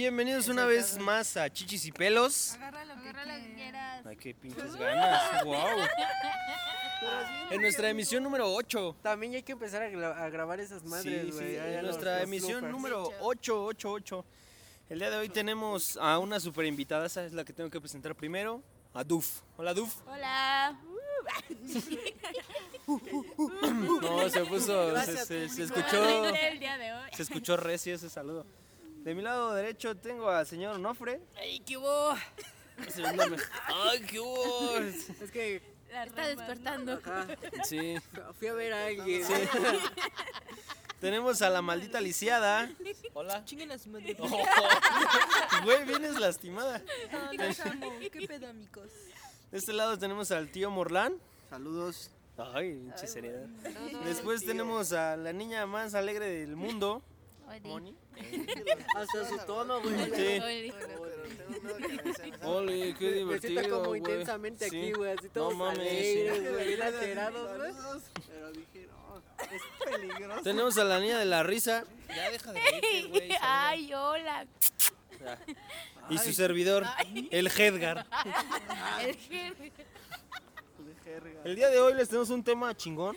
Bienvenidos una vez más a Chichis y Pelos. Agarra lo que Agarra lo que quieras. quieras. Ay, qué pinches ganas. Wow. En nuestra emisión número 8. También ya hay que empezar a, gra- a grabar esas Sí, madres, sí, güey. ya- ya en los- nuestra los emisión bloopers. número 888. El día de hoy tenemos a una super invitada, esa es la que tengo que presentar primero, a Duf. Hola Duf. Hola. No, se puso, se, Gracias, se- se ¿Cómo escuchó, alegre el día de hoy. se escuchó recio ese saludo. De mi lado derecho tengo al señor Nofre. Ay, qué hubo. Ay, qué Es que Está despertando. ajá, Sí. fui a ver a alguien. Tenemos a la maldita lisiada. Hola. Oh. Chinguen a su Güey, vienes lastimada. No, los amo. Qué pedo, amigos. De este lado tenemos al tío Morlán. Saludos. Ay, pinche seriedad. Después tenemos a la niña más alegre del mundo, Moni. Hasta su tono, güey. Sí. Oli. Ole, qué Me divertido. siento como güey. intensamente Sí. aquí, güey. Así No todos mames. sí. alegres, güey. Bien alterados, güey. Pero dije, no, es peligroso. Tenemos a la niña de la risa Ya deja de reírte, güey. Ay, hola. y su servidor, el Hedgar. El jefe. De jerga. El día de hoy les tenemos un tema chingón,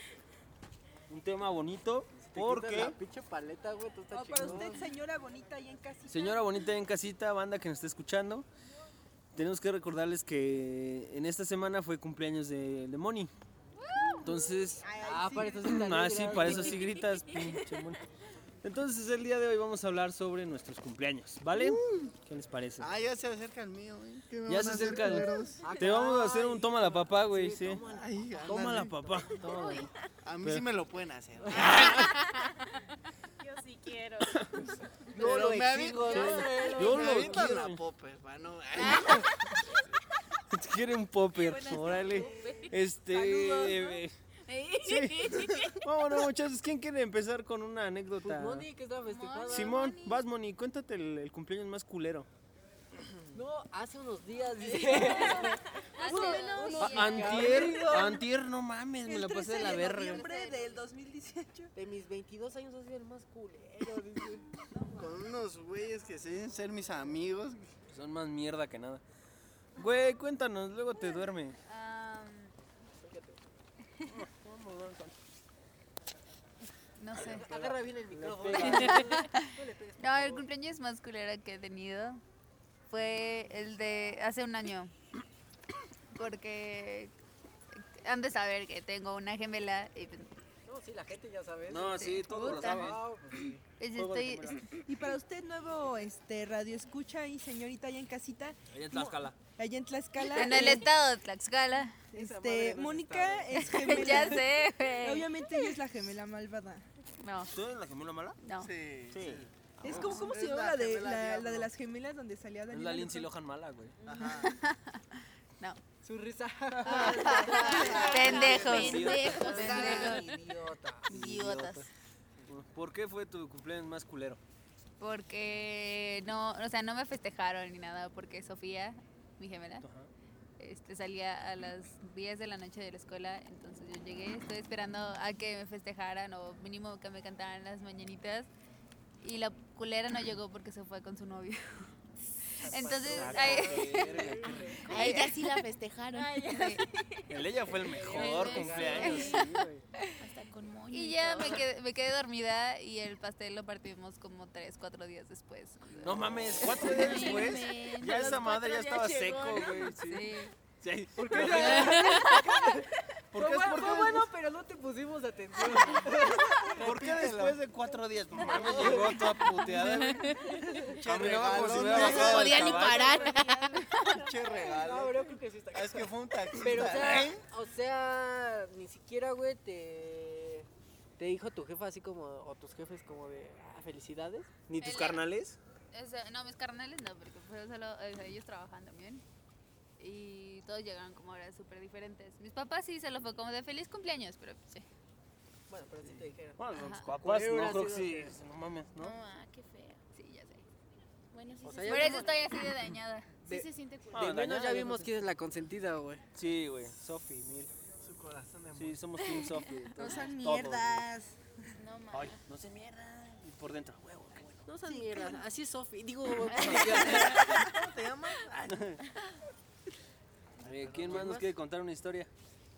un tema bonito, Te quitas porque La pinche paleta, güey. Tú estás O para chingón. usted, señora bonita y en casita. Señora bonita en casita, banda que nos está escuchando, tenemos que recordarles que en esta semana fue cumpleaños de, de Moni. Entonces, Ah, para eso sí también ah, sí, dirás, para eso sí gritas, pinche Moni. Entonces, el día de hoy vamos a hablar sobre nuestros cumpleaños, ¿vale? ¿Qué les parece? Ah, ya se acerca el mío, güey. ¿Qué me Ya van se a hacer, acerca. el- culeros? Ah, Te vamos a hacer un toma la papá, güey, Sí, sí. Ay, Toma la ándale. papá. Toma, güey. A mí Pero- sí me lo pueden hacer. Yo sí quiero. No lo me avi- exijo, yo- güey. Yo me lo avientan quiero. la popa, hermano. Quiere un popper, órale. Este. eh, Vámonos, muchachos. ¿Quién quiere empezar con una Pues anécdota? Moni, que estaba festejada. Simón, vas, Moni, cuéntate el, el cumpleaños más culero. No, hace unos días. dice. Hace unos Ah, días. antier, antier, no mames, me El la pasé 13 de la de verga. noviembre del 2018. De mis 22 años ha sido el más culero. dice. Con unos güeyes que se dicen ser mis amigos. Son más mierda que nada. Güey, cuéntanos, luego te duerme. Am, Um, no sé. Agarra bien el micrófono. No, el cumpleaños más culero que he tenido fue el de hace un año. Porque han de saber que tengo una gemela y pues, No, sí, la gente ya sabe. No, sí, todos lo Puta. saben. Ah, pues sí. pues, Juego de estoy... Y para usted, nuevo este, radio escucha y señorita allá en casita, Ahí en Tlaxcala. allá en Tlaxcala. eh, En el estado de Tlaxcala. Este, Mónica es gemela. ya sé, güey. Obviamente ella es la gemela malvada. No, ¿Tú eres la gemela mala? no. Sí. Sí. Es como, ¿cómo se Es llama la la de, gemela la, la diablo. de las gemelas donde salía Es Daniel? la Lindsay Lohan mala, güey. Ajá. No. Su risa. Pendejos. Pendejos. Idiota. Idiotas. ¿Por qué fue tu cumpleaños más culero? Porque no, o sea, no me festejaron ni nada porque Sofía, mi gemela, este, salía a las 10 de la noche de la escuela, entonces yo llegué, estoy esperando a que me festejaran o mínimo que me cantaran las mañanitas y la culera no llegó porque se fue con su novio. Entonces, ahí, A ella sí la festejaron. sí. El ella fue el mejor Sí. cumpleaños. Hasta con moño. y ya todo. me quedé, me quedé dormida y el pastel lo partimos como 3, 4 días después. No mames, cuatro días después. Ven, Ya a los esa madre ya cuatro estaba días seco, llegó, ¿no? güey. Sí. Sí. Sí. ¿Por qué? ¿Por qué, Fue, bueno, por qué- fue bueno, pero no te pusimos atención. por qué después de cuatro días? No mames, llegó toda puteada. Caminaba como si regalón, hubiera ¿no? bajado No del podía ni caballo. parar. Che No, regalo. pero creo que sí está. ¿Eh? Es que fue un taxista. Pero, o sea, o sea, ni siquiera, güey, te, te dijo tu jefa así como, o tus jefes como de, ah, felicidades. ¿Ni tus carnales? O sea, no, mis carnales no, porque fueron solo, o sea, ellos trabajaban también. Y todos llegaron como horas súper diferentes. Mis papás sí se lo fue como de feliz cumpleaños, pero pues, sí. Bueno, pero sí te dijeron. Bueno, tus papás, no, no creo creo que sí. No mames, No, ¿no? ah, qué feo. Sí, ya sé. Bueno, sí, O se, sea, sí ya Por como- eso estoy así de dañada. de- se siente culpa. Ah, De menos dañada, ya yo vimos creo que quién es la consentida, güey. Sí, güey. Sofi, mil. Su corazón de Sí, somos Team Sofi. No todos, son todos. mierdas. No, mames. Ay, no se mierda. Y por dentro, huevo, qué bueno. No seas mierda. Así es Sofi. Digo, Sofía. ¿cómo te llamas? Ay, A ver, Eh, ¿quién más nos quiere contar una historia?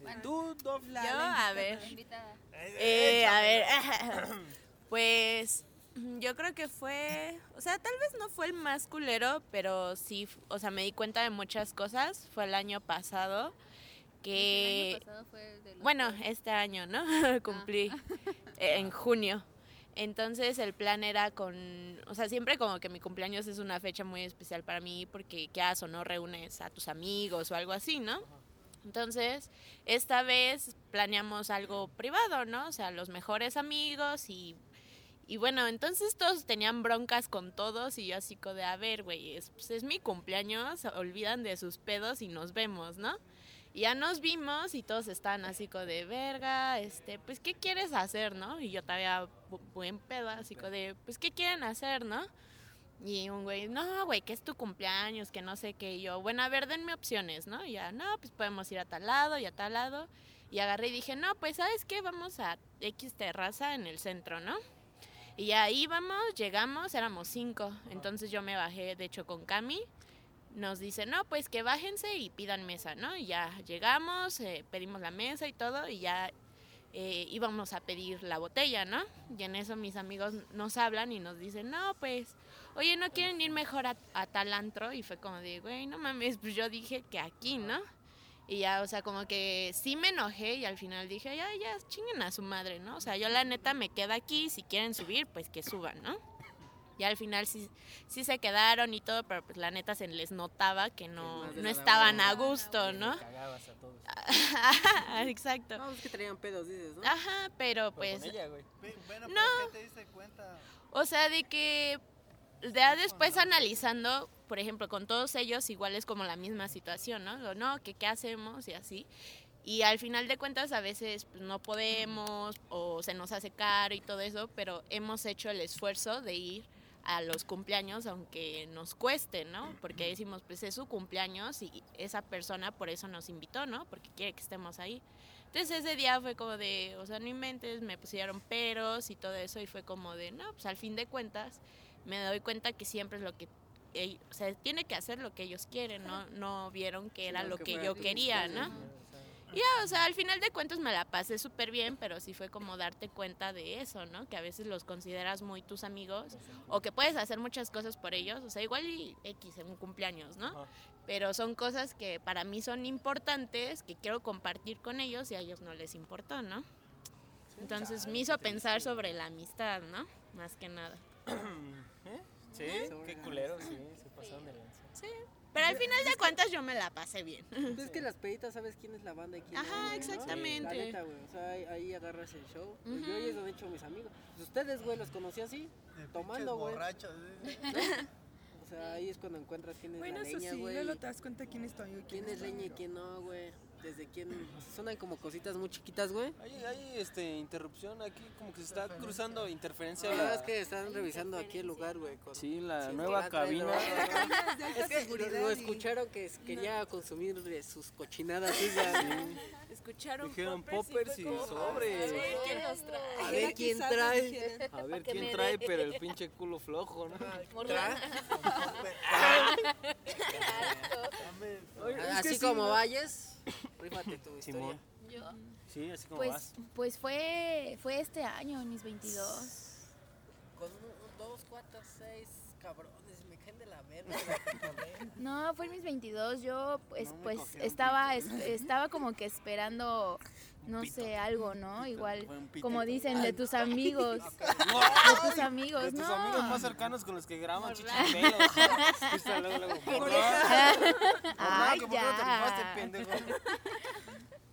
Bueno. Tú, Dof. La Yo, lenta. a ver. Invitada. Eh, a ver, pues yo creo que fue, o sea, tal vez no fue el más culero, pero sí, f- o sea, me di cuenta de muchas cosas. Fue el año pasado El que, año pasado fue de los Eh, Ah. bueno, peores. este año, ¿no? Cumplí eh, en junio. Entonces el plan era con, o sea, siempre como que mi cumpleaños es una fecha muy especial para mí porque qué o no reúnes a tus amigos o algo así, ¿no? Entonces, esta vez planeamos algo privado, ¿no? O sea, los mejores amigos y, y bueno, entonces todos tenían broncas con todos y yo así como de, a ver, güey, es, pues, es mi cumpleaños, olvidan de sus pedos y nos vemos, ¿no? Y ya nos vimos y todos están así como de, verga, este, pues, ¿qué quieres hacer, no? Y yo todavía bu- buen pedo, así como de, pues, ¿qué quieren hacer, no? Y un güey, no, güey, que es tu cumpleaños, que no sé qué. Y yo, bueno, a ver, denme opciones, ¿no? Y ya, no, pues podemos ir a tal lado y a tal lado. Y agarré y dije, no, pues, ¿sabes qué? Vamos a X terraza en el centro, ¿no? Y ya íbamos, llegamos, éramos cinco. Entonces yo me bajé, de hecho, con Cami. Nos dice, no, pues que bájense y pidan mesa, ¿no? Y ya llegamos, eh, pedimos la mesa y todo, y ya eh, íbamos a pedir la botella, ¿no? Y en eso mis amigos nos hablan y nos dicen, no, pues oye, ¿no quieren ir mejor a, a tal antro? Y fue como de, güey, no mames, pues yo dije que aquí, ¿no? Y ya, o sea, como que sí me enojé y al final dije, ya, ya, chinguen a su madre, ¿no? O sea, yo la neta me quedo aquí, si quieren subir, pues que suban, ¿no? Y al final sí, sí se quedaron y todo, pero pues la neta se les notaba que no, más no desagradable. estaban a gusto, ¿no? Cagabas a todos. Exacto. Ah, No, es que traían pedos, dices, ¿no? Ajá, pero Pero pues... con ella, güey. Ve- Bueno, No. ¿por qué te diste cuenta? O sea, de que ya después analizando, por ejemplo, con todos ellos igual es como la misma situación, ¿no? Lo, no, que qué hacemos y así. Y al final de cuentas a veces pues, no podemos o se nos hace caro y todo eso, pero hemos hecho el esfuerzo de ir a los cumpleaños aunque nos cueste, ¿no? Porque decimos, pues es su cumpleaños y esa persona por eso nos invitó, ¿no? Porque quiere que estemos ahí. Entonces ese día fue como de, o sea, no inventes, me pusieron peros y todo eso y fue como de, no, pues al fin de cuentas me doy cuenta que siempre es lo que, ell- o sea, tiene que hacer lo que ellos quieren, ¿no? No vieron que era Sí, lo aunque que fuera yo tu quería, ¿no? cumpleaños, O sea, O sea, al final de cuentas me la pasé súper bien, pero sí fue como darte cuenta de eso, ¿no? Que a veces los consideras muy tus amigos o que puedes hacer muchas cosas por ellos, o sea, igual y X en un cumpleaños, ¿no? Ajá. Pero son cosas que para mí son importantes, que quiero compartir con ellos y a ellos no les importó, ¿no? Entonces me hizo pensar sobre la amistad, ¿no? Más que nada. ¿Eh? Sí, qué culero, sí, se pasaron de lanza. Pero al final de cuentas yo me la pasé bien. Pues Es que las peditas sabes quién es la banda y quién Ajá, no, güey, ¿no? exactamente. La neta, güey. O sea, ahí, ahí agarras el show. Pues Ujú. Yo ahí es donde he hecho mis amigos. Pues ustedes, güey, los conocí así. De Tomando, pinches güey. borrachos, ¿eh? O sea, ahí es cuando encuentras quién es Bueno, la eso leña, sí, güey. luego te das cuenta quién es tu amigo y ¿Quién es tu leña y amigo. quién no, güey? Desde quién. o sea, sonan como cositas muy chiquitas, güey. Hay, hay este, interrupción aquí, como que se está cruzando interferencia. La la- verdad es que están revisando aquí el lugar, güey. con- Sí, la Sí, nueva la traen cabina. drogada, güey. De alta Es que lo, seguridad lo y- escucharon que es- quería consumir de sus cochinadas suyas. Escucharon Dijeron poppers y sobres. ¿Quién nos trae? A Era ver quién quizás, trae. dijeron. A ver que quién me trae, dé. pero el pinche culo flojo, ¿no? Oye, es que Así sí, como ¿no? vayas, rífate tu historia. Simón. Sí, así como Pues, vas. pues fue, fue este año, en mis 22. Con un- dos, cuatro, seis cabrones, me caen de la verga. No, fue en mis 22. Yo, pues, No me pues cogieron estaba, es- estaba como que esperando, no pito. sé, algo, ¿no? Igual, Fue un pito. como dicen, de tus amigos. De tus amigos, pues, De tus no. amigos más cercanos con los que grabamos chichipelos. Sí, está luego, luego, "Perdón, Ay, ¿Cómo no te rifaste, ya. pendejo?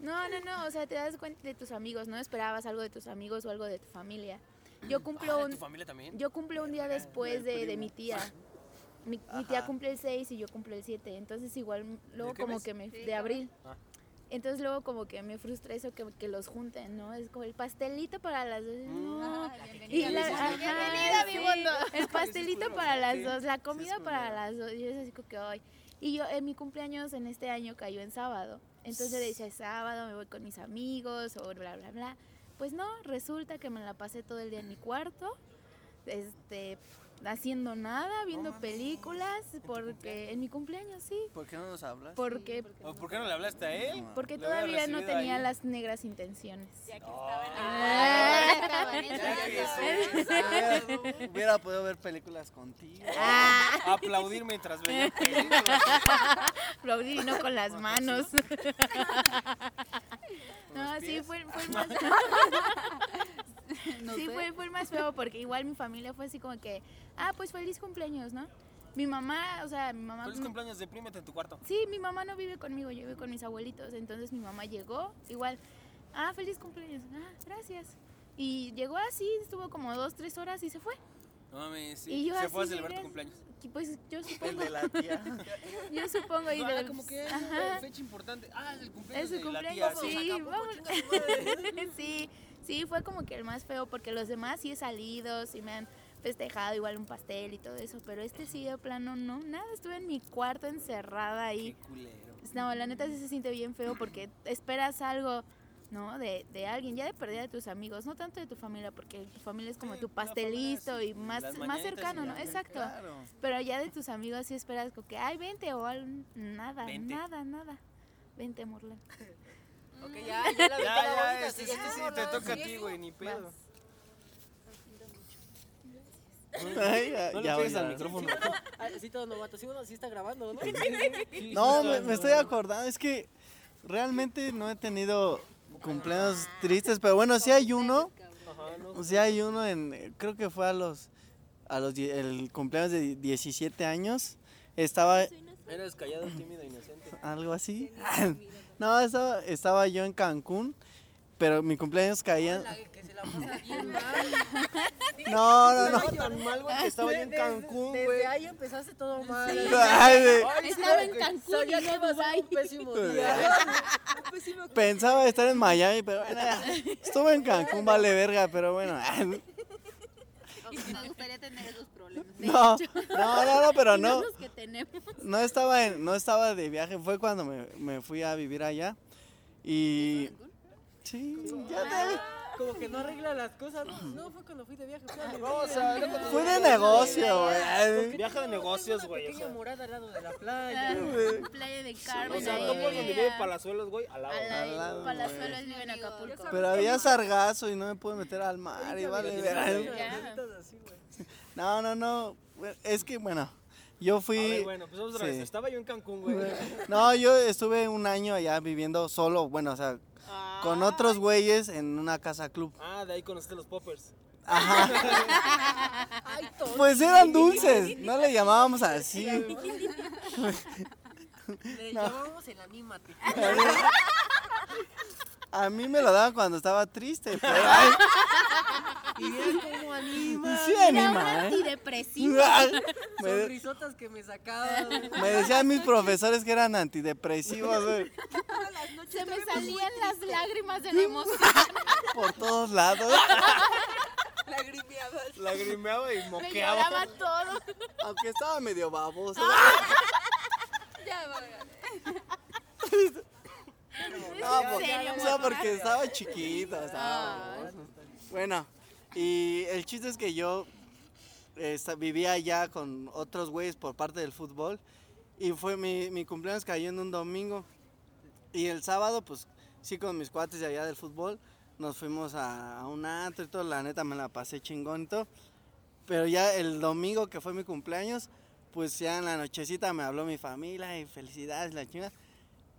No, no, no. O sea, te das cuenta de tus amigos, ¿no? Esperabas algo de tus amigos o algo de tu familia. Yo cumplo Ah, ¿Tu un, familia también? yo cumplo un día después el de, de primo. mi tía. Mi, mi tía Ajá. cumple el 6 y yo cumplo el 7. Entonces, igual, luego qué como mes? que me. Sí, de claro. abril. Ah. Entonces, luego como que me frustra eso que, que los junten, ¿no? Es como el pastelito para las dos. No. Ah, Y bienvenida, bienvenida, la, ajá, bienvenida, sí, mi mundo. El pastelito para las Sí, dos, la sí es comida para culero. las dos. Y yo es así como que hoy. Y yo, en mi cumpleaños en este año cayó en sábado. Entonces decía, sábado me voy con mis amigos o bla, bla, bla. Pues no, resulta que me la pasé todo el día en mi cuarto. Este, haciendo nada, viendo mames. películas, ¿En tu porque cumpleaños? en mi cumpleaños sí, ¿Por qué no nos hablas? porque ¿O por qué no le hablaste a él? porque Lo hubiera todavía no recibido tenía ahí. Oh. las negras intenciones. Ya que estaban Ah. estaban en Ya que eso. Pues, se hubiera- Ah, Hubiera podido ver películas contigo. Ah, Aplaudir mientras veía películas. Aplaudir y no con las manos. los No, sí pies. fue, fue el más No sí, sé. fue, fue el más feo porque igual mi familia fue así como que, ah, pues feliz cumpleaños, ¿no? Mi mamá, o sea, mi mamá... Feliz cumpleaños, deprímete en tu cuarto. Sí, mi mamá no vive conmigo, yo vivo con mis abuelitos, entonces mi mamá llegó, igual, ah, feliz cumpleaños, ah, gracias. Y llegó así, estuvo como dos, tres horas y se fue. No mames, sí. Y yo se fue a así celebrar tu llegué. cumpleaños. Y pues yo El supongo, de la tía. yo supongo. Y Ah, de- como que es ajá. una fecha importante. Ah, es el cumpleaños. Es su de la cumpleaños, tía, sí, vamos. sí, sí, fue como que el más feo, porque los demás sí he salido, sí me han festejado igual un pastel y todo eso, pero este sí de plano no, nada, estuve en mi cuarto encerrada Qué ahí. Pues, culero. No, la neta sí se siente bien feo porque esperas algo, ¿no? De, de alguien, ya de perdida de tus amigos, no tanto de tu familia, porque tu familia es como Sí, tu la familia pastelito es y más, las más mañanitas y cercano, ya, ¿no? ya. Exacto. Claro. Pero ya de tus amigos sí esperas como que, ay, vente o al- nada, Vente. nada, nada. Vente, Morla. Ok, ya, ya la Ya, vi ya, para la bolita, es, sí, es que ya, sí, no, te no, toca a sí, ti, güey, ni pedo. Ay, ya, No le ya, pegues ya. al micrófono. Ah, Sí, todo novato, sí, bueno, sí está grabando, ¿no? No, me, me estoy acordando, es que realmente no he tenido cumpleaños tristes, pero bueno, sí hay uno, Ajá, no. sí hay uno en, eh, creo que fue a los, a los, die- el cumpleaños de 17 años, estaba Eres callado, tímido, inocente. algo así, no, estaba, estaba yo en Cancún, pero mi cumpleaños caía, Que se la pasa bien mal. no, no, no, Estaba tan mal, güey, que estaba yo en Desde- Cancún, Desde güey. ahí empezaste todo mal. Ay, de- Estaba en Cancún sabía y que no iba a ser Dubái. un pésimo día. pensaba estar en Miami, pero bueno, ya, estuve en Cancún, vale verga, pero bueno, Y me gustaría tener esos problemas. no, no, no, no, pero no. Los que tenemos. no estaba en- no estaba de viaje, fue cuando me, me fui a vivir allá. Y. Sí, ya te- Como que no arregla las cosas. No, no fue cuando fui de viaje. Fue, No, o sea, era cuando- Fue de negocio, güey. Viaje de negocios, Una güey. O pequeña sea, morada al lado de la playa. Playa de Carmen. o sea no por donde vive Palazuelos, güey, al lado. la- al lado, Palazuelos vive en Acapulco. Pero había sargazo y no me pude meter al mar y vale. verga. Ya. No, no, no. Es que, bueno, yo A ver, fui. bueno, pues vamos otra sí. vez. Estaba yo en Cancún, güey. No, yo estuve un año allá viviendo solo, bueno, o sea, con otros güeyes en una casa club. Ah, de ahí conociste los poppers. Pues eran dulces, no le llamábamos así. Le llamábamos el anímate. A mí me lo daban cuando estaba triste, pues. pero. ay, Y vieras cómo anima. sí anima, ¿eh? Antidepresivo. Me de- Sonrisotas que me sacaba. Me decían mis profesores que eran antidepresivos, güey, Se me salían las lágrimas de la emoción. por todos lados. Lagrimeaba y Me moqueaba. lloraba todo. Ah. Aunque estaba medio baboso. No, por- serio, Ah. o sea, porque estaba chiquito, estaba baboso. Bueno, y el chiste es que yo eh, esta- vivía allá con otros güeyes por parte del fútbol. Y fue mi, mi cumpleaños cayó en un domingo. Y el sábado, pues sí, con mis cuates de allá del fútbol, nos fuimos a, a un antro y todo. La neta me la pasé chingón y todo. Pero ya el domingo que fue mi cumpleaños, pues ya en la nochecita me habló mi familia y felicidades, la chingada.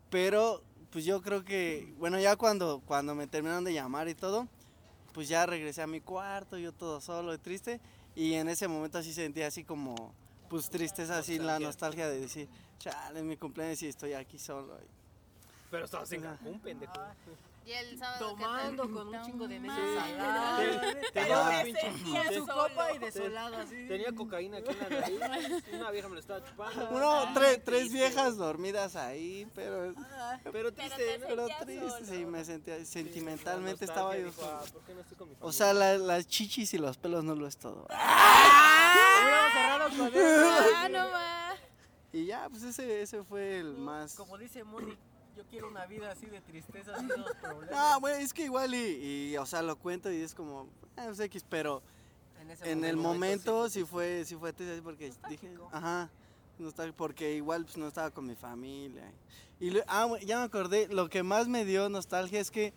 Pero pues yo creo que, bueno, ya cuando, cuando me terminaron de llamar y todo, pues ya regresé a mi cuarto, yo todo solo y triste. Y en ese momento así sentí así como, pues tristeza, así la nostalgia de decir, chale, es mi cumpleaños y estoy aquí solo. Pero estabas en Cancún, pendejo. Y el sábado ¿qué tal? Tomando con un chingo de mesas Sí. saladas. Tenía, Y su pinche, copa y desolado así. tenía cocaína aquí en la nariz. Una vieja me lo estaba chupando. Uno, tres, tres viejas dormidas ahí, pero, Pero triste, ¿no? pero triste, sí, me sentía, sentimentalmente estaba yo Nostalgia, solo. dijo, "Ah, ¿Por qué no estoy con mi familia? O sea, la- las chichis y los pelos no lo es todo. Hubiéramos cerrado con eso. Ah, no va. Y ya, pues ese, ese fue el más... Como dice Moni, yo quiero una vida así de tristeza, sin los problemas. No, güey, es que igual y, y, o sea, lo cuento y es como, ah, pues X, pero En, ese en el momento, momento sí fue, sí fue triste porque dije, ajá, nostálgico, porque igual pues, no estaba con mi familia. Y lo- ah, bueno, ya me acordé, lo que más me dio nostalgia es que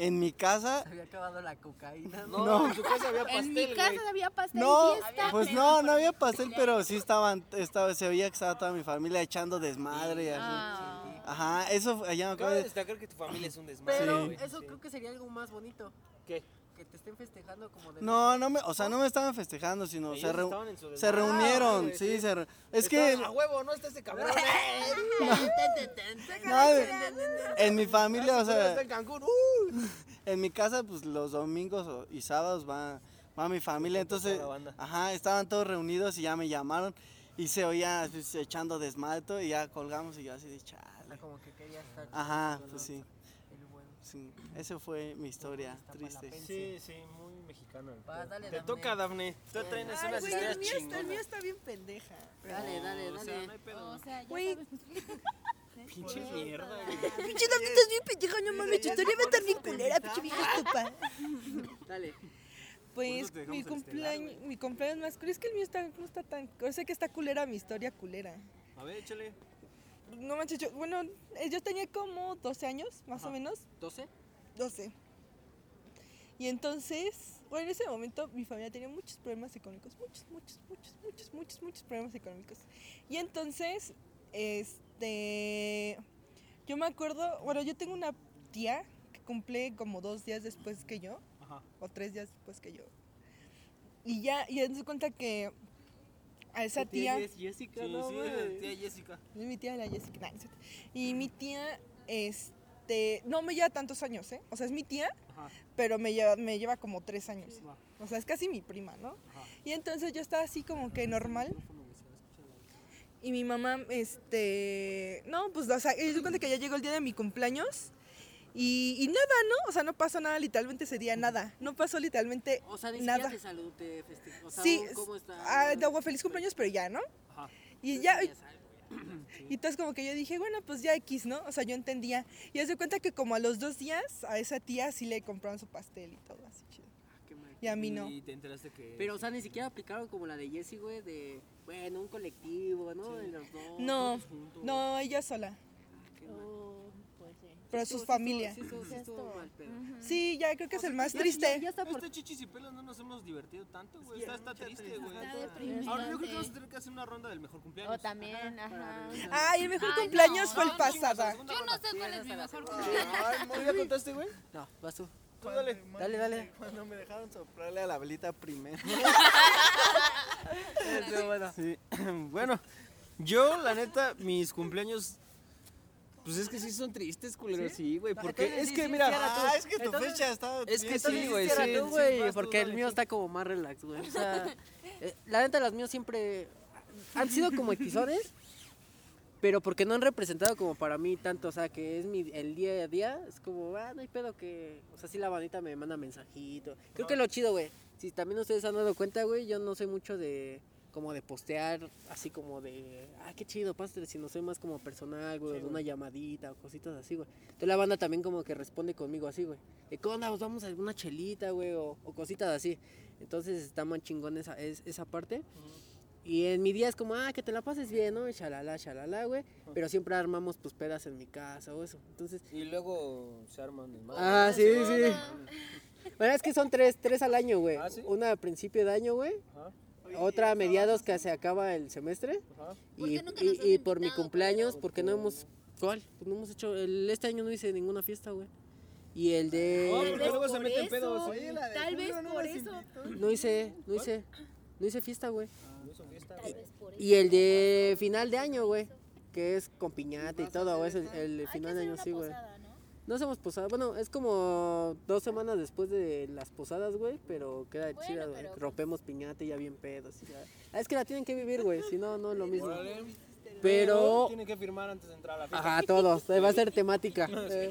en mi casa Se había acabado la cocaína. No, No. en tu casa había pastel, En mi casa güey. había pastel No, y fiesta. pues no, no había pastel, pero sí estaban, estaba, se veía que estaba toda mi familia echando desmadre y así. Ah. Ajá, eso fue- ya me Acaba de acuerdo. destacar que tu familia es un desmadre. Pero Sí. güey. eso Sí. creo que sería algo más bonito. ¿Qué? Que te estén festejando como de. No, no me, o sea, no me estaban festejando, sino Ellos se, reu- estaban en su se desmadre. reunieron, güey, sí, sí. se re- es que Estaban, A huevo, ¿no? Está ese cabrón. ¿eh? no, en mi familia, o Está sea, en Cancún. ¡uh! en mi casa pues los domingos o- y sábados va, va mi familia, junta entonces, toda la banda. ajá, estaban todos reunidos y ya me llamaron y se oía pues, echando desmadre y todo, y ya colgamos y yo así de chale. Como que quería estar. Ajá, con pues sí, el bueno. sí, esa fue mi historia triste. Sí, sí, muy mexicano. el Va, pedo. dale, Te Dafne. toca, Dafne. Tú traes Ay, unas güey, el historias mío, está, el mío chingonas. está bien pendeja. Dale, dale, O dale. sea, no hay pedo. O sea, ya Güey, sabes. pues, Pinche mierda, güey. Pinche David, estás bien pendeja, no mames, tu historia va a estar bien culera, pinche vieja estupa. Dale. Pues te mi dejamos este cumpleaños, mi cumpleaños más culero, es que el mío está, no está tan, o sea que está culera mi historia culera. A ver, échale. No manches, yo, bueno, eh, yo tenía como 12 años, más Ajá. o menos, 12. 12. Y entonces, bueno, en ese momento mi familia tenía muchos problemas económicos, muchos, muchos, muchos, muchos, muchos, muchos problemas económicos. Y entonces, este, yo me acuerdo, bueno, yo tengo una tía que cumple como dos días después que yo, Ajá. o tres días después que yo. Y ya, y se cuenta que a esa tía... Jessica, Sí, no, sí, güey. tía Jessica. Y mi tía era Jessica. nah, no es cierto. y mi tía, este, no me lleva tantos años, ¿eh? O sea, es mi tía, Ajá. pero me lleva, me lleva como tres años. Va. O sea, es casi mi prima, ¿no? Ajá. Y entonces yo estaba así como que normal. Y mi mamá, este, no, pues, o sea, yo di cuenta que ya llegó el día de mi cumpleaños. Y, y nada, ¿no? O sea, no pasó nada, literalmente ese día, nada. No pasó literalmente O sea, ni Nada. siquiera te saludó, te festejó. O sea, sí, ¿cómo está? ah, de agua, feliz cumpleaños, pero ya, ¿no? Ajá. Y ya, Ya sabes, güey. y entonces como que yo dije, bueno, pues ya X, ¿no? O sea, yo entendía. Y haz de cuenta que como a los dos días a esa tía sí le compraron su pastel y todo, así chido. Ah, qué mal. Y a mí no. Y te enteraste que. Pero, o sea, ni siquiera aplicaron como la de Jessie, güey, de, bueno, un colectivo, ¿no? De los dos. No, todos juntos. no, ella sola, Qué mal. pero sus familias. Sí, estuvo- sí estuvo mal, pero. Sí, ya creo que es el más triste. Este chichis y pelos no nos hemos divertido tanto, güey. Está, está triste, güey. Ahora yo creo que vamos a tener que hacer una ronda del mejor cumpleaños. O Ah, también, ajá. Ay, el mejor Ay, cumpleaños no. fue el Vamos, chicos, a la pasado. segunda Yo no ronda. sé cuál es mi mejor Ay, ¿Tú ya contaste, güey? No, vas tú. Tú dale. Dale, dale. Cuando me dejaron soplarle a la velita primero. Pero bueno. Sí. Bueno, yo, la neta, mis cumpleaños. Pues es que sí son tristes, culeros. Sí, güey. Porque Entonces, es sí, que, sí, mira. sí era tú. Ah, es que tu Entonces- fecha está. es que bien sí, triste. güey, Entonces, sí, era tú, sí, güey, vas tú, porque el dale, mío tú. está como más relax, güey. O sea, eh, la neta, las míos siempre han sido como episodios, pero porque no han representado como para mí tanto. O sea, que es mi, el día a día, es como, ah, no hay pedo que. O sea, sí, la bandita me manda mensajito. Creo que lo chido, güey. Si también ustedes han dado cuenta, güey, yo no soy mucho de. Como de postear, así como de, ah, qué chido, pásate, si no soy más como personal, güey, de una llamadita o cositas así, güey. Entonces la banda también como que responde conmigo así, güey. De qué onda, Pues vamos a alguna chelita, güey, o, o cositas así. Entonces está más chingón esa, es- esa parte. Y en mi día es como, ah, que te la pases bien, ¿no? Y Shalala, shalala, güey. Pero siempre armamos pues pedas en mi casa o eso. Entonces, Y luego se arman el madre. ah, sí, sí. Bueno, es que son tres, tres al año, güey. Ah, ¿sí? Una a principio de año, güey. Ajá, Otra a mediados que se acaba el semestre. ajá. ¿Por y, qué nunca y- nos han y por mi invitado, cumpleaños, porque no hemos. ¿Cuál? Pues no hemos hecho. el- este año no hice ninguna fiesta, güey. Y el No, de. porque luego se meten pedos. Oye, la Tal vez por eso. No hice, no hice. No hice Ah, fiesta, güey. Tal vez por eso. Y el de final de año, güey. Que es con piñata y todo, güey. Es el, el Hay que final de hacer año, una sí, güey. posada, ¿no? No hacemos posada. Bueno, es como dos semanas después de las posadas, güey. Pero queda Bueno, chida, güey. pero- Rompemos piñata y ya bien pedos. y ya. Ah, Es que la tienen que vivir, güey. Si no, no es lo mismo. Pero. Tienen que firmar antes de entrar a la fiesta. Ajá, todos. eh, Va a ser temática. eh.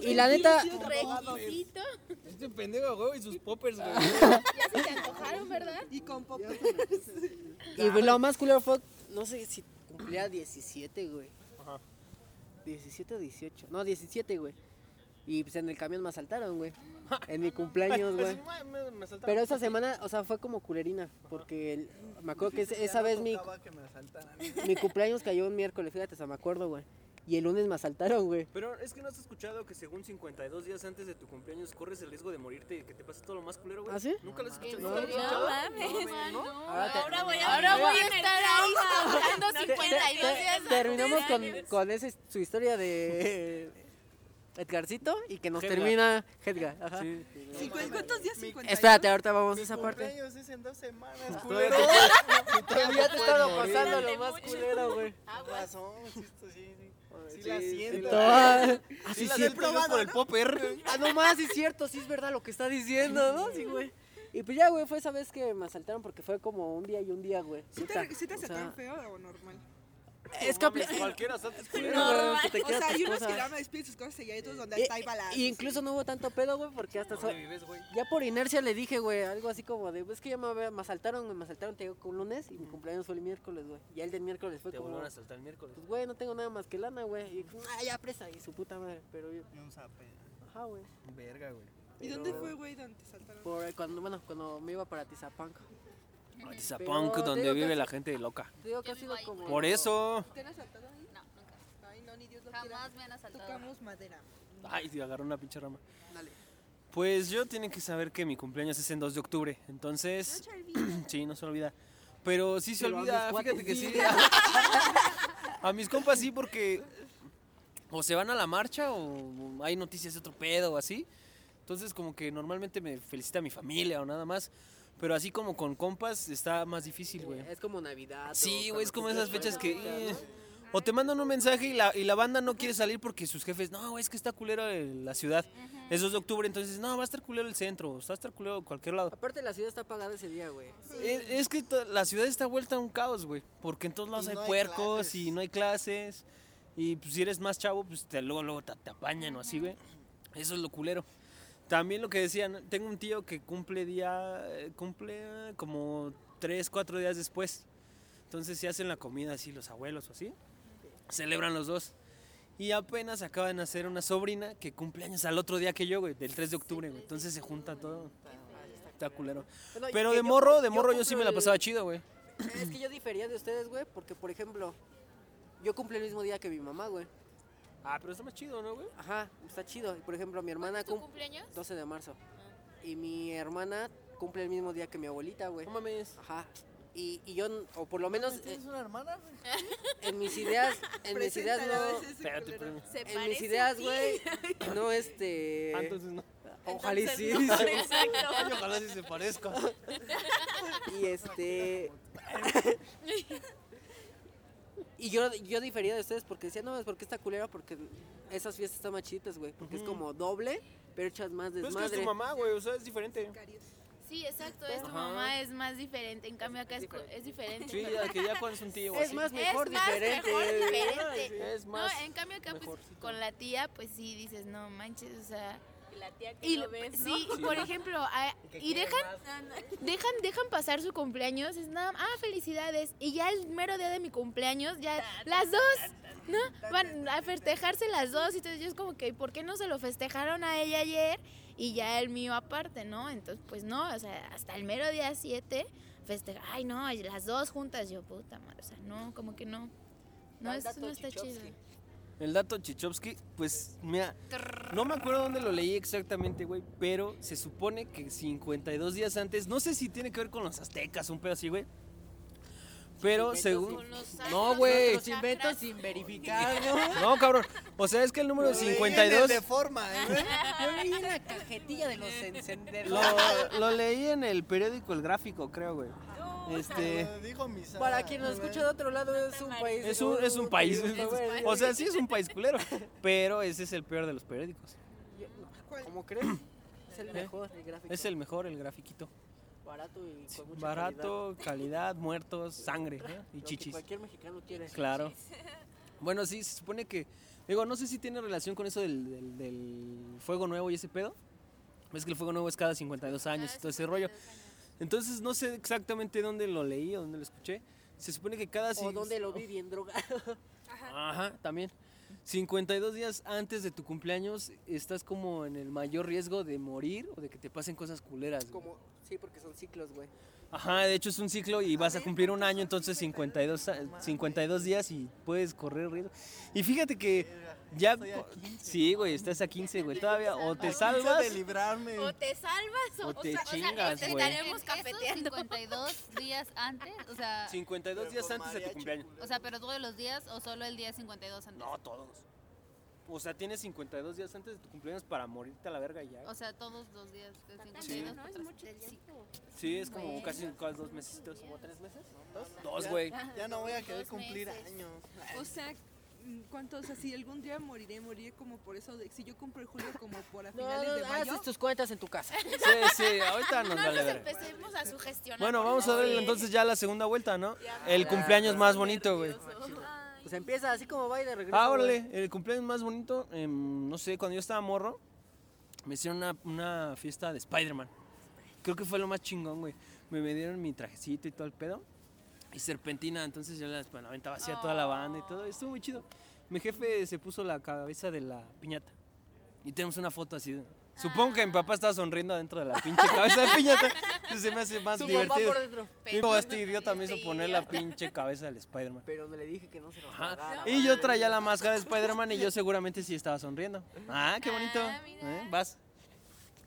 Y la neta. Requisito. Este pendejo, güey, y sus poppers, güey. Ah, Ya se te antojaron, ¿verdad? Y con pop. Y lo más culero fue, no sé si cumplía 17, güey. Ajá. 17 o 18. No, 17, güey. Y pues en el camión me asaltaron, güey. En mi cumpleaños, güey. Pero esa semana, o sea, fue como culerina. Porque el- me acuerdo que ese- esa vez mi, mi cumpleaños cayó un miércoles, fíjate, o sea, me acuerdo, güey. Y el lunes me asaltaron, güey. Pero es que no has escuchado que según 52 días antes de tu cumpleaños corres el riesgo de morirte y que te pase todo lo más culero, güey. ¿Ah, sí? Nunca lo has escuchado. No, ¿Nunca lo has no escuchado? mames. ¿no? Ahora te- Ahora voy a, Ahora voy a estar estar ahí contando Te- te- 52 te- días. terminamos antes. con, con ese, su historia de Edgarcito y que nos Hedgar. termina Edgar. Ajá. Sí. Cincu- ¿Cuántos días? 50. Espérate, ahorita vamos a Mi esa parte. cumpleaños es en dos semanas, Todavía culero. te- Ya te estaba pasando Ándale lo más mucho. culero, güey. Con razón, sí, esto sí, sí. Sí la siento. Así Sí es la cierto. siento yo por el popper. Ah, no más, sí es cierto, sí es verdad lo que está diciendo, ¿no? Sí, güey. Y pues ya, güey, fue esa vez que me asaltaron porque fue como un día y un día, güey. ¿Sí Puta, te, sí te o sea, aceptaron feo o normal? Es que apli- Cualquiera asalto es Sí, culero. no, güey, que te O quedas sea, tus hay unos que cosas. nada más despiden sus cosas y hay otros donde Y- hasta hay balazos. y eh, incluso no hubo tanto pedo, güey, porque hasta so- ¿Dónde vives, güey? ya por inercia le dije, güey, algo así como de, es que ya me, había- me asaltaron, güey, me asaltaron, te digo, con lunes y mi cumpleaños fue el miércoles, güey. Ya el del miércoles fue Te como, volvieron a pues, asaltar el miércoles. güey, no tengo nada más que lana, güey. Y, ah, ya presa, y su puta madre, pero yo, ajá, güey. Verga, güey. ¿Y dónde fue, güey, donde te saltaron? Por eh, cuando, bueno, cuando me iba para Tizapanco. Atizapán, Pero te donde digo vive que- la gente loca. Te digo que ha sido como... Por eso. ¿Te han saltado ahí? No, nunca. Ay, no, ni Dios lo quiera. Jamás me han asaltado. Tocamos madera. Ay, sí, agarró una pinche rama. Dale. Pues yo tienen que saber que mi cumpleaños es en 2 de octubre. Entonces, sí, no se olvida. Pero sí se Pero a olvida, mis fíjate cuates que sí. sí. A mis compas sí, porque o se van a la marcha o hay noticias de otro pedo o así. Entonces, como que normalmente me felicita mi familia o nada más. Pero así como con compas está más difícil, güey. Es como Navidad. Sí, güey, es como esas fechas que... eh, o te mandan un mensaje y la, y la banda no quiere salir porque sus jefes, no, güey, es que está culero el- la ciudad. Es 2 de octubre, entonces, no, va a estar culero el centro, o va a estar culero cualquier lado. Aparte la ciudad está apagada ese día, güey. Es, es que to- la ciudad está vuelta a un caos, güey, porque en todos lados Y hay no hay puercos clases. y no hay clases. Y pues, si eres más chavo, pues te, luego, luego te, te apañan o así, güey. Eso es lo culero. También lo que decían, tengo un tío que cumple día, eh, cumple eh, como 3, 4 días después. Entonces se hacen la comida así los abuelos o así. Celebran los dos. Y apenas acaba de nacer una sobrina que cumple años al otro día que yo, güey, del 3 de octubre, güey. Entonces se junta todo. Está culero. Bueno, y Pero que de yo- morro, de morro yo sí cumplo me la el- pasaba chido, güey. Es que yo difería de ustedes, güey, porque por ejemplo, yo cumplí el mismo día que mi mamá, güey. Ah, pero está más chido, ¿no, güey? Ajá, está chido. Y por ejemplo, ¿Cuándo mi hermana es tu cumple cumpleaños? Ah. 12 de marzo. Y mi hermana cumple el mismo día que mi abuelita, güey. No mames. Ajá. Y, y yo, n- o por lo menos eh, ¿Tienes una hermana? güey? en mis ideas, en mis ideas Preséntala a no, veces, Espérate, culera. pero- Se en mis parece ideas, a ti. güey, no este, Ah, entonces no. ojalá y sí, dice. Exacto. Ay, ojalá sí se parezca. y este, Y yo, yo difería de ustedes porque decía, no, es porque esta culera, porque esas fiestas están más chiditas, güey. Porque es como doble, pero echas más Pero Pues es que es tu desmadre. mamá, güey, o sea, es diferente. Sí, exacto, es tu Ajá. mamá, es más diferente. En cambio, acá es, co- es diferente. Sí, ya que ya cuando es un tío, o Es así. más mejor, es más diferente. mejor, Ay, sí, diferente. Es No, más. en cambio acá pues, mejorcito. con la tía, pues sí dices, no manches, o sea, Y la tía que y no lo- ves, ¿no? sí, por ejemplo, a- y dejan, dejan, dejan pasar su cumpleaños, es nada, ah, felicidades, y ya el mero día de mi cumpleaños, ya las dos, ¿no? Van a festejarse las dos, y entonces yo es como que, ¿por qué no se lo festejaron a ella ayer y ya el mío aparte, no? Entonces, pues no, o sea, hasta el mero día 7, festejar, ay no, y las dos juntas, yo, puta madre, o sea, no, como que no. No, es- no está chido. El dato Chichovsky, pues, mira, no me acuerdo dónde lo leí exactamente, güey, pero se supone que 52 días antes, no sé si tiene que ver con los aztecas, un pedo así, güey. Pero según. No, güey. Los inventos sin verificar, ¿no? No, cabrón. O sea, es que el número Lo leí en el 52. De forma, ¿eh? Yo leí en la cajetilla de los encenderos. Lo, lo leí en el periódico El Gráfico, creo, güey. Este. Lo dijo mi Sara. Para quien nos escucha de otro lado, es un país. Es un, es un país. güey. O sea, sí es un país culero. Pero ese es el peor de los periódicos. Yo- ¿Cuál? ¿Cómo crees? Es el mejor, el gráfico. ¿Eh? Es el mejor, el grafiquito. barato y con mucha calidad. Barato, calidad, muertos, sangre ¿eh? y Lo que chichis. cualquier mexicano quiere. Claro. Bueno, sí, se supone que. Digo, no sé si tiene relación con eso del, del- del fuego nuevo y ese pedo. Es que el fuego nuevo es cada 52 Ah, años y todo ese rollo. Entonces, no sé exactamente dónde lo leí o dónde lo escuché. Se supone que cada. O cin- donde lo vi bien drogado. Ajá, también. 52 días antes de tu cumpleaños estás como en el mayor riesgo de morir o de que te pasen cosas culeras. güey. Como, sí, porque son ciclos, güey. Ajá, de hecho es un ciclo y vas a cumplir un año, entonces 52, a- 52 días y puedes correr riesgo. Y fíjate que ya... Sí, güey, estás a 15, güey, todavía o te salvas... de librarme. O te salvas o, O te sea, chingas, sea, güey. estaremos cafeteando. 52 días antes, o sea, 52 días antes de tu cumpleaños. o sea, pero todos los días o solo el día 52 antes. No, todos. O sea, tienes 52 días antes de tu cumpleaños para morirte a la verga y ya. O sea, todos los días de 52. Sí. para No es atrás. mucho tiempo. Sí, es como casi casi dos meses. ¿O tres meses? Dos, güey. Ya no voy a querer Dos cumplir meses. años. O sea, mm, ¿cuánto? O sea, si algún día moriré, moriré como por eso. De, si yo cumplo en julio, como por a No, finales de mayo. haces tus cuentas en tu casa. Sí, sí, ahorita nos No nos vale verga. empecemos a sugestionar. Bueno, vamos a darle ver entonces ya la segunda vuelta, ¿no? El Ya, cumpleaños más bonito, güey. Pues empieza así como va y de regreso. Ah, güey. órale, el cumpleaños más bonito, em, no sé, cuando yo estaba morro, me hicieron una, una fiesta de Spider-Man. Creo que fue lo más chingón, güey. Me me dieron mi trajecito y todo el pedo. Y serpentina, entonces yo la bueno, aventaba así a toda la banda y todo. Estuvo muy chido. Mi jefe se puso la cabeza de la piñata. Y tenemos una foto así. de- Supongo que mi papá estaba sonriendo adentro de la pinche cabeza de piñata. Entonces se me hace más Tu papá divertido. por dentro. Mi papá, este idiota me hizo poner la pinche cabeza del Spider-Man. Pero le dije que no se lo Ajá. pagara. Y yo traía la máscara de Spider-Man y yo seguramente sí estaba sonriendo. Ah, qué bonito. Ah, mira. ¿Eh? Vas.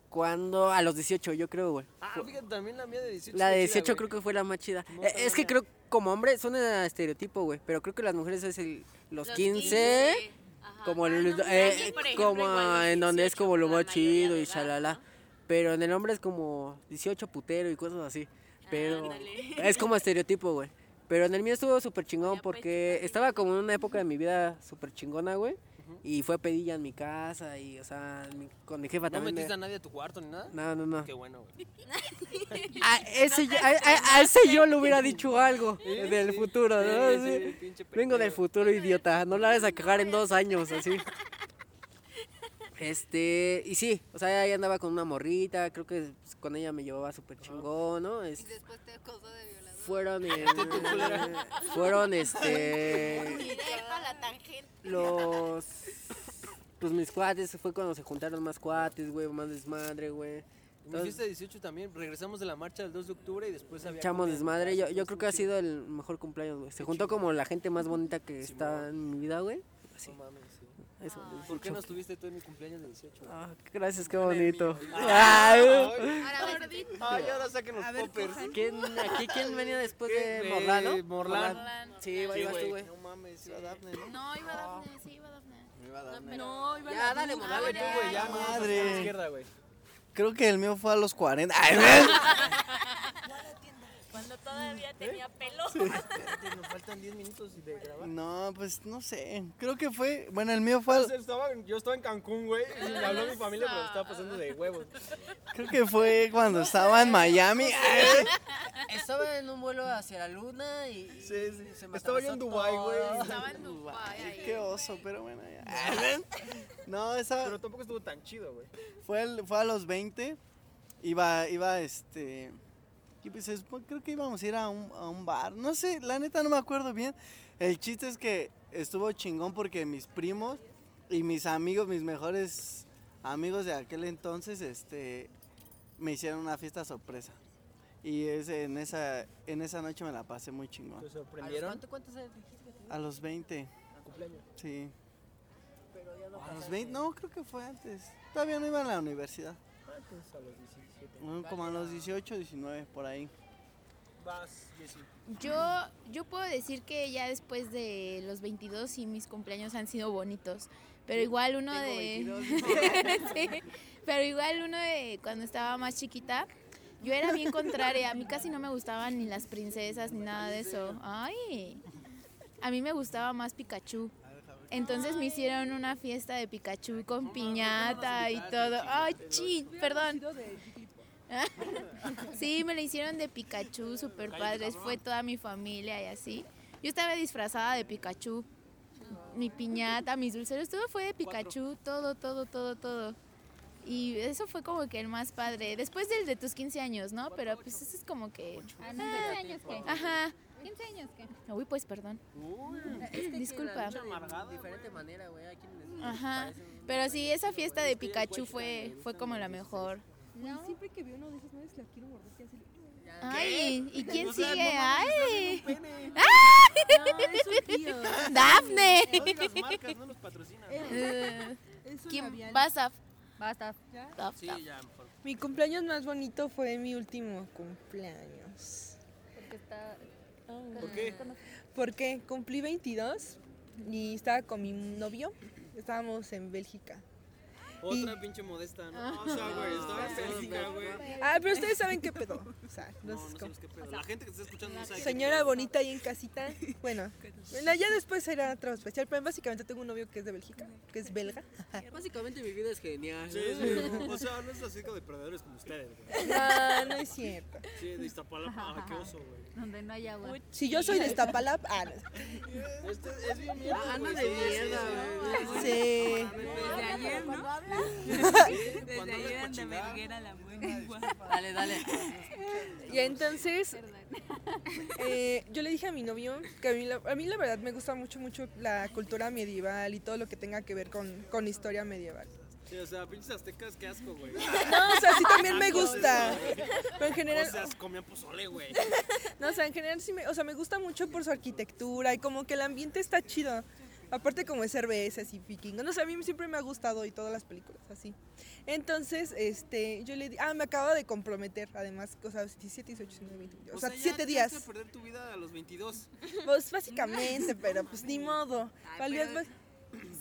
Cuando a los 18, yo creo, güey. Ah, fíjate, también la mía de 18. La de 18 creo que fue la más chida. No Eh, sabía. es que creo, como hombre, son un estereotipo, güey. Pero creo que las mujeres es el, los, 15, Ah, como, el- eh, sí, pues por ejemplo, como igual los en donde es 18 como lo por la más mayoría chido de y edad, chalala. ¿no? Pero en el hombre es como 18 putero y cosas así. Pero Ándale. es como estereotipo, güey. Pero en el mío estuvo súper chingón Ya, pues, porque chingón. estaba como en una época de mi vida súper chingona, güey. Y fue pedilla en mi casa y, o sea, mi- con mi jefa ¿No también. me- metiste a nadie a tu cuarto ni nada? No, no, no. Qué bueno, güey. A ese, yo- a, a- a ese yo le hubiera dicho algo del futuro, ¿no? Sí, Así, sí, pinche ah, Vengo del pendejo. futuro, idiota. No la vas a cagar en dos años, así. Este, y sí, o sea, ahí andaba con una morrita, creo que pues, con ella me llevaba súper chingón, ¿no? Y Es- después te acosó de violador. fueron, eh, fueron, este, Directo a la tangente. los, pues mis cuates, fue cuando se juntaron más cuates, güey, más desmadre, güey. Me Entonces- hiciste 18 también. Regresamos de la marcha del 2 de octubre y después había. Chamos comida. desmadre, yo, yo creo que ha Estuvo sido el mejor cumpleaños, güey. Se juntó como la gente más bonita que está en mi vida, güey. chido. No mames, sí. Eso. ¿Por qué no estuviste tú en mi cumpleaños de 18? güey? Ah, gracias, qué bonito. Ay, Ahora ves, ay, Ah, ahora saquen los A ver, poppers. cojan. ¿Quién, aquí, ¿Quién venía después de Eh, Morlán, no? Morlán. Sí, ahí vas tú, güey. No mames, iba Dafne, ¿no? No, iba Ah. Dafne, sí, iba Dafne. Me iba Dafne. No, iba Ya, la dale, duda. dale Dale tú, güey, ya. Ay, vamos a madre. la izquierda, güey. Creo que el mío fue a los 40. Ay, ¿ves? Cuando todavía tenía pelo. Nos faltan 10 minutos de grabar. No, pues no sé. Creo que fue. Bueno, el mío fue. al- yo estaba en Cancún, güey, y me habló mi familia, pero estaba pasando de huevos. Creo que fue cuando estaba en Miami. Ay, Estaba en un vuelo hacia la luna y. Sí, sí. se me Estaba yo atravesó en Dubái, todo. güey. Estaba en Dubái. ay, ahí. qué oso, pero bueno, ya. Ay, ¿ves? No, esa Pero tampoco estuvo tan chido, güey. fue, el- fue a los 20. Iba, iba, este. y pues, se supo- creo que íbamos a ir a un, a un bar. No sé, la neta no me acuerdo bien. El chiste es que estuvo chingón porque mis primos y mis amigos, mis mejores amigos de aquel entonces, este, me hicieron una fiesta sorpresa. Y ese- en, esa, en esa noche me la pasé muy chingón. ¿Te sorprendieron? ¿Cuánto, cuántos años dijiste que tenías? A los 20, cumpleaños? sí. Pero ya no A los pasaste. 20, no, creo que fue antes. Todavía no iba a la universidad. a los 17. Mm, Como a los 18, 19, por ahí. Vas, Jessy. Yo, yo puedo decir que ya después de los 22 sí mis cumpleaños han sido bonitos, pero igual uno Tengo de 22. Sí, pero igual uno de cuando estaba más chiquita, yo era bien contraria, a mí casi no me gustaban ni las princesas ni nada de eso. Ay. A mí me gustaba más Pikachu. Entonces me hicieron una fiesta de Pikachu con piñata y todo. Ay, chi, perdón. Sí, me la hicieron de Pikachu, super padres. Fue toda mi familia y así. Yo estaba disfrazada de Pikachu. Mi piñata, mis dulceros, todo fue de Pikachu, todo, todo, todo, todo. Y eso fue como que el más padre. Después del de tus 15 años, ¿no? Pero pues eso es como que... Ah, no, de años que. Ajá. 15 años, ¿qué? Uy, pues perdón. Uy, Disculpa. amargada. De diferente manera, güey. ¿a quién les- les Ajá. parece un- pues, Pero sí, esa fiesta de Pikachu fue, fue como la mejor. Güey, Siempre que veo uno de esos madres la quiero morder. ya se le- Ay, ¿y quién O sea, no sigue? mames, está Ay, haciendo un pene. Ah, es un tío. Dafne. No digas marcas, no nos patrocinan. Eh, Es un ¿Quién labial. vas a...? Basta. Daf, Sí, Daf. ya, mejor. Mi cumpleaños más bonito fue mi último cumpleaños. Ah. Porque está. ¿Por qué? Porque cumplí 22 y estaba con mi novio. Estábamos en Bélgica. Otra pinche modesta, ¿no? O sea, güey, estaba en Bélgica, güey. Ah, pero ustedes saben qué pedo. O sea, no No, no sé cómo. sabemos Pues, qué pedo. La gente que está escuchando no sabe qué Señora pedo. bonita ahí en casita. Bueno, bueno, ya después será otro especial. Pero básicamente tengo un novio que es de Bélgica, que es belga. Básicamente mi vida es genial. Sí, sí, o sea, no es así como de perdedores como ustedes, güey. Ah, No, no es cierto. Sí, de Iztapalapa, ah, qué oso, güey. Donde no hay agua. Si yo soy de Iztapalapa, ah, no. Este es bien mierda, Ah, anda güey. de mierda, güey. Sí. Desde ayer, ¿no? Desde hablas ayer pa' anda chingar. verguera la buena igual. Dale, dale. Y entonces eh, yo le dije a mi novio que a mí, la, a mí la verdad me gusta mucho, mucho la cultura medieval y todo lo que tenga que ver con, con historia medieval. Sí, o sea, pinches aztecas, qué asco, güey. No, o sea, sí también me gusta. Pero en O general, sea, comían pozole, güey. no, o sea, en general sí me, o sea, me gusta mucho por su arquitectura y como que el ambiente está chido. Aparte como es cervezas y vikingos, no sé, a mí siempre me ha gustado y todas las películas así. Entonces, este, yo le di, ah, me acabo de comprometer, además, o sea, 17, 18, 19, 20, o sea, ya 7 te días. echaste a perder tu vida a los 22. Pues básicamente, pero pues ni modo. Ay, Valió pero- más-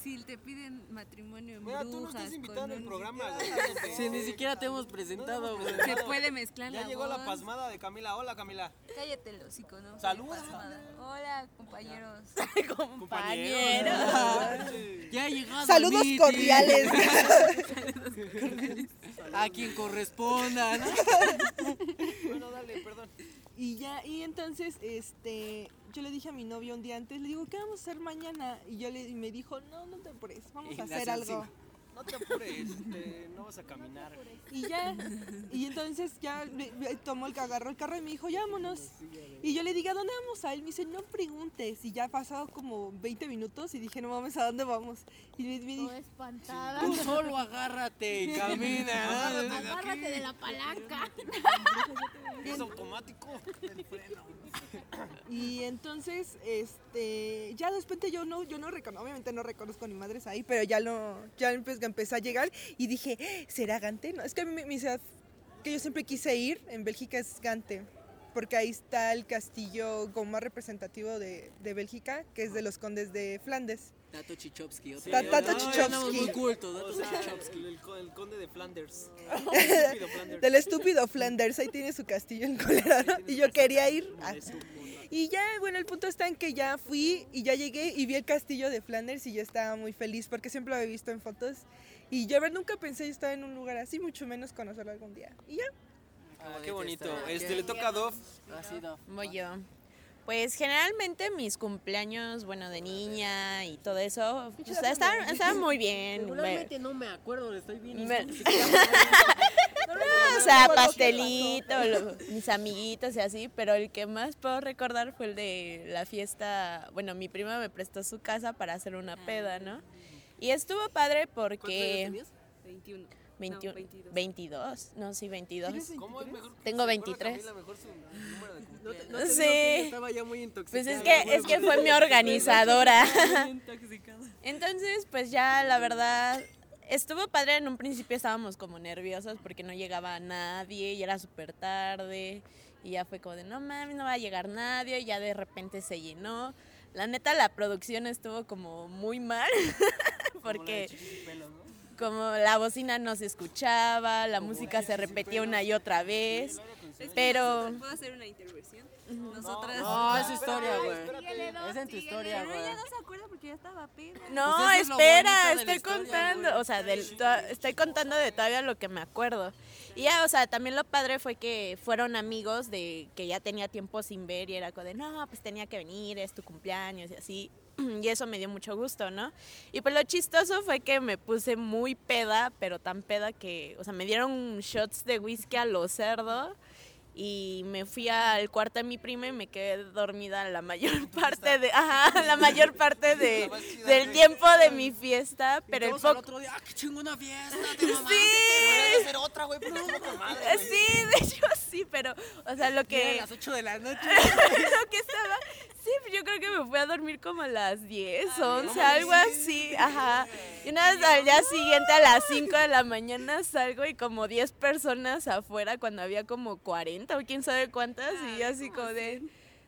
Si te piden matrimonio en Mira, brujas. tú no estás invitado con en el un- programa, güey. Si ni siquiera te hemos presentado, güey. Se puede mezclar Ya la llegó la voz. pasmada de Camila. Hola, Camila. Cállate el hocico, ¿no? Saluda. Pasmada. Hola, compañeros. Ya ha llegado Saludos Miti. cordiales. A quien corresponda, ¿no? Bueno, dale, perdón. Y ya, y entonces, este, yo le dije a mi novio un día antes, le digo, ¿qué vamos a hacer mañana? Y yo le, y me dijo, no, no te apures, vamos Y a la hacer algo. No te apures, este, no vas a caminar. Y ya, y entonces ya me- me tomó el agarró el carro y me dijo, ya vámonos. Y yo le dije, ¿a dónde vamos a ir? Me dice, no preguntes. Y ya ha pasado como 20 minutos y dije, no mames, ¿a dónde vamos? Y me, me dijo, Todo espantada. Tú solo agárrate y camina. ¿no? Agárrate de la palanca. Es automático. Y entonces, este, ya de repente yo no, yo no reconozco, obviamente no reconozco ni madres ahí, pero ya lo, ya empe- empecé a llegar y dije, ¿será Gante? No, es que a mí mi, mi ciudad que yo siempre quise ir en Bélgica es Gante, porque ahí está el castillo como más representativo de, de Bélgica, que es de los condes de Flandes. Tato Chichowski. otra Sí, vez. Ta- Tato Ay, andamos Chichowski. muy cultos, O Tato sea, Chichowski. el, co- el conde de Flanders. Estúpido Flanders. Del estúpido Flanders, ahí tiene su castillo en Colorado y yo quería ir. De a- su puta. Y ya, bueno, el punto está en que ya fui y ya llegué y vi el castillo de Flanders y yo estaba muy feliz porque siempre lo había visto en fotos. Y yo, a ver, nunca pensé yo estar en un lugar así, mucho menos conocerlo algún día. Y ya. Ah, qué bonito. Está bien. Este, le toca a Dov. Ha sido. Voy yo. Pues generalmente mis cumpleaños, bueno, de niña y todo eso, pues, estaban, estaban muy bien. Me- Regularmente no me acuerdo, estoy bien. Me- No, Ah, O sea, pastelito, lo- mis amiguitos y así, pero el que más puedo recordar fue el de la fiesta. Bueno, mi prima me prestó su casa para hacer una peda, ¿no? Y estuvo padre porque. ¿Cuántos 21. 21, No, 22. 22. No, sí, 22. ¿Cómo es mejor? ¿se Tengo acuerda 23. Camila mejor su número de No, cumpleaños? te- no te Sí. digo que yo Estaba ya muy Pues intoxicado. es que, es que fue mi organizadora. Estoy intoxicada. Entonces, pues ya la verdad estuvo padre. En un principio estábamos como nerviosos porque no llegaba nadie y era súper tarde. Y ya fue como de no mames, no va a llegar nadie. Y ya de repente se llenó. La neta, la producción estuvo como muy mal Como la de porque chichis y pelos, ¿no? como la bocina no se escuchaba, la música se repetía una y otra vez. Pero ¿Puedo hacer una intervención? Nosotras. No, es historia, güey. Espérate. Es en tu historia, Pero ella güey. no se acuerda porque ya estaba peda. No, Pues eso es lo espera, bonito de la estoy historia, contando, güey. o sea, del- to- estoy contando de todavía lo que me acuerdo. Y ya, o sea, también lo padre fue que fueron amigos de que ya tenía tiempo sin ver y era como de, no, pues tenía que venir, es tu cumpleaños y así. Y eso me dio mucho gusto, ¿no? Y pues lo chistoso fue que me puse muy peda, pero tan peda que, o sea, me dieron shots de whisky a lo cerdo y me fui al cuarto de mi prima y me quedé dormida la mayor parte de ajá, la mayor parte de, del tiempo de mi fiesta, pero el Todos al poco otro día, ¡ah, qué chingona fiesta! sí, hacer otra, güey, porque estuvo con madre, güey. sí, de hecho sí, pero o sea, lo Era que a las 8 de la noche. lo que estaba. Sí, pues yo creo que me fui a dormir como a las 10, 11, algo así. Ajá. Y una vez al día siguiente, a las 5 de la mañana, salgo y como 10 personas afuera cuando había como 40 o quién sabe cuántas. Y yo así como de.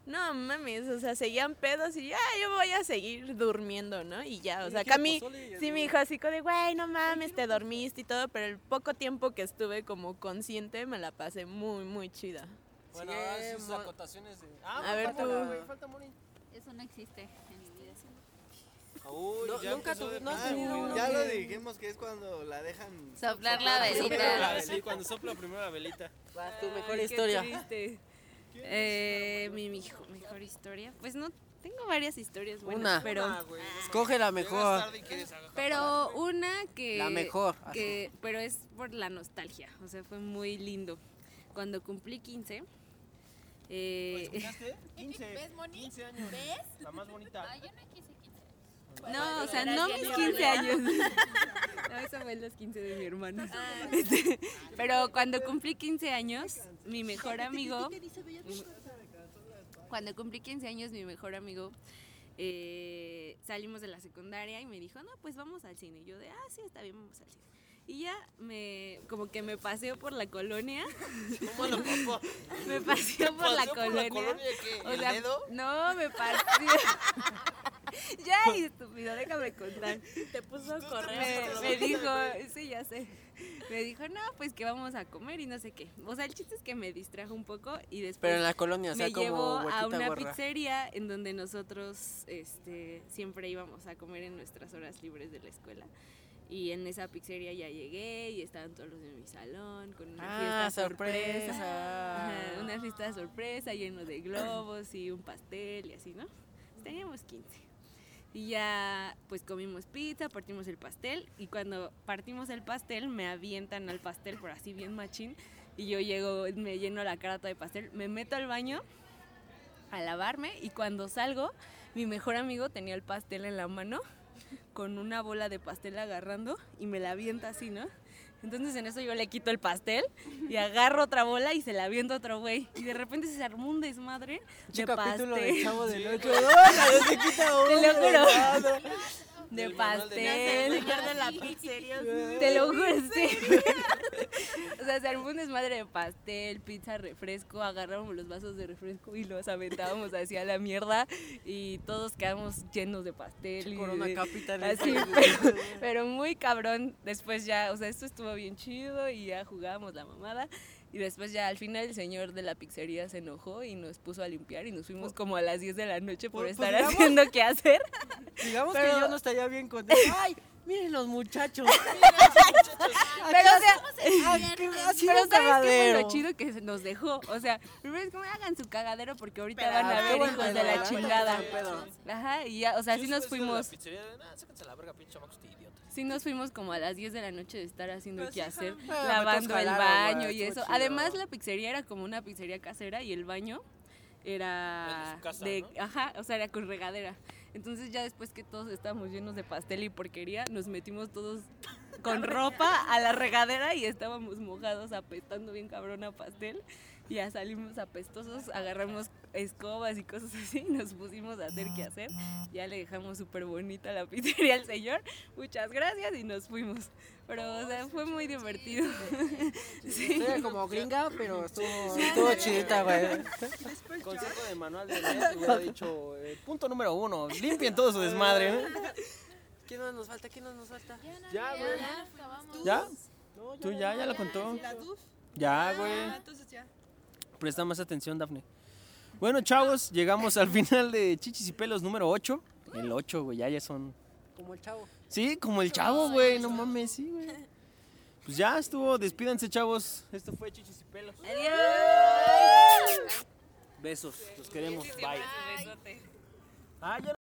No mames, o sea, seguían pedos y ya, yo voy a seguir durmiendo, ¿no? Y ya, o sea, Cami, sí, mi hijo así como de, güey, no mames, te dormiste y todo, pero el poco tiempo que estuve como consciente me la pasé muy, muy chida. Bueno, ahora sí, sus Sigamos. acotaciones de. Ah, A ver, falta tú. Moni, güey, falta Moni. Eso no existe en mi vida. Uy, No, ya nunca empezó de tuve- no has nuevo, tenido güey. uno Ya lo que- dijimos que es cuando la dejan. Soplar la Sopla la velita. velita, Cuando sopla primero la velita. Vas, tu mejor Ay, qué historia. triste. Eh, mi mijo- mejor historia. Pues no, tengo varias historias buenas, Una. pero Escoge la Llegas mejor. tarde y quieres agajar. pero una que La mejor, así. que pero es por la nostalgia, o sea, fue muy lindo. Cuando cumplí 15 eh, ¿Escuchaste? 15. ¿Ves, Moni? 15 años. ¿Ves? La más bonita. Ay, yo no quise quitar. no, o sea, Ahora no sí, mis mi 15 abuela. años. No, esa fue en los 15 de mi hermano. Este, pero cuando cumplí 15 años, mi mejor amigo cuando cumplí 15 años, mi mejor amigo, eh, salimos de la secundaria y me dijo, no, pues vamos al cine. Y yo de, ah, sí, está bien, vamos al cine. Y ya me, como que me paseo por la colonia. ¿Cómo lo pasó? Me paseo por, la, ¿Pasó por colonia. la colonia qué? O ¿El sea, dedo? no, me paseo. ya, estúpido, déjame contar. Te puso Me, me dijo, sí, ya sé. Me dijo, no, pues que vamos a comer y no sé qué. O sea, el chiste es que me distrajo un poco y después Pero en la colonia, o sea, me como llevó a huequita una gorra. pizzería en donde nosotros este, siempre íbamos a comer en nuestras horas libres de la escuela. Y en esa pizzería ya llegué y estaban todos los de mi salón con una Ah, fiesta sorpresa. sorpresa. Ajá, una fiesta sorpresa lleno de globos y un pastel y así, ¿no? Teníamos 15. Y ya pues comimos pizza, partimos el pastel y cuando partimos el pastel me avientan al pastel por así bien machín y yo llego, me lleno la cara toda de pastel, me meto al baño a lavarme y cuando salgo mi mejor amigo tenía el pastel en la mano con una bola de pastel agarrando y me la avienta así, ¿no? Entonces en eso yo le quito el pastel y agarro otra bola y se la aviento a otro güey. Y de repente se armó un desmadre de Chico capítulo pastel. de Chavo del Ocho. ¡Ay, se quita uno! Te lo juro. hermano! De Del manual de pastel. de la pizzería. Te lo juro, sí. O sea, se armó un desmadre de pastel, pizza, refresco. Agarrábamos los vasos de refresco y los aventábamos hacia la mierda. Y todos quedamos llenos de pastel. y Corona de- Capital. Así, pero, pero muy cabrón. Después ya, o sea, esto estuvo bien chido y ya jugábamos la mamada. Y después ya al final el señor de la pizzería se enojó y nos puso a limpiar y nos fuimos como a las 10 de la noche por pues, estar digamos- haciendo qué hacer. Digamos pero- que yo no estaría bien con él. ¡Ay, miren los muchachos! Pero, o sea, ¡Qué así un Pero ¿sabes qué fue cagadero! lo chido que se nos dejó? O sea, primero es como hagan su cagadero porque ahorita Pero, van ah, a qué ver buen hijos pedo, de la ¿verdad? chingada. Qué buen Ajá, y ya, o sea, Yo sí sí nos hubiera sido de la fuimos, pizzería de, "Nah, sáquense a la verga, pinche chamacos, este idiota". sí nos fuimos como a las 10 de la noche de estar haciendo Pero qué sí hacer, jalaron. Ah, lavando pues, el jalaron, baño güey, y estuvo eso. chido. Además la pizzería era como una pizzería casera y el baño Era era de su casa, de, ¿no? ajá, o sea, era con regadera. Entonces ya después que todos estábamos llenos de pastel y porquería, nos metimos todos con ropa a la regadera y estábamos mojados apestando bien cabrón a pastel. Ya salimos apestosos, agarramos escobas y cosas así y nos pusimos a hacer qué hacer. Ya le dejamos súper bonita la pizzería al señor. Muchas gracias y nos fuimos. Pero, o sea, fue muy divertido. Sí. Era como gringa, pero estuvo, estuvo chidita, güey. Consejo de manual de Ned, hubiera dicho, eh, punto número uno, limpien todo su desmadre, ¿no? ¿Quién más nos falta? ¿Quién más nos falta? Ya, güey. Ya, acabamos. ¿Ya? Tú ya, ya la contó. ¿La DUF? Ya, Ah, güey. entonces ya. Presta más atención, Dafne. Bueno, chavos, llegamos al final de Chichis y Pelos número 8. El 8, güey, ya, ya son. Como el chavo. Sí, como el chavo, güey, no mames, sí, güey. Pues ya estuvo, despídanse, chavos. Esto fue Chichis y Pelos. Besos, los queremos, bye. Ah, ya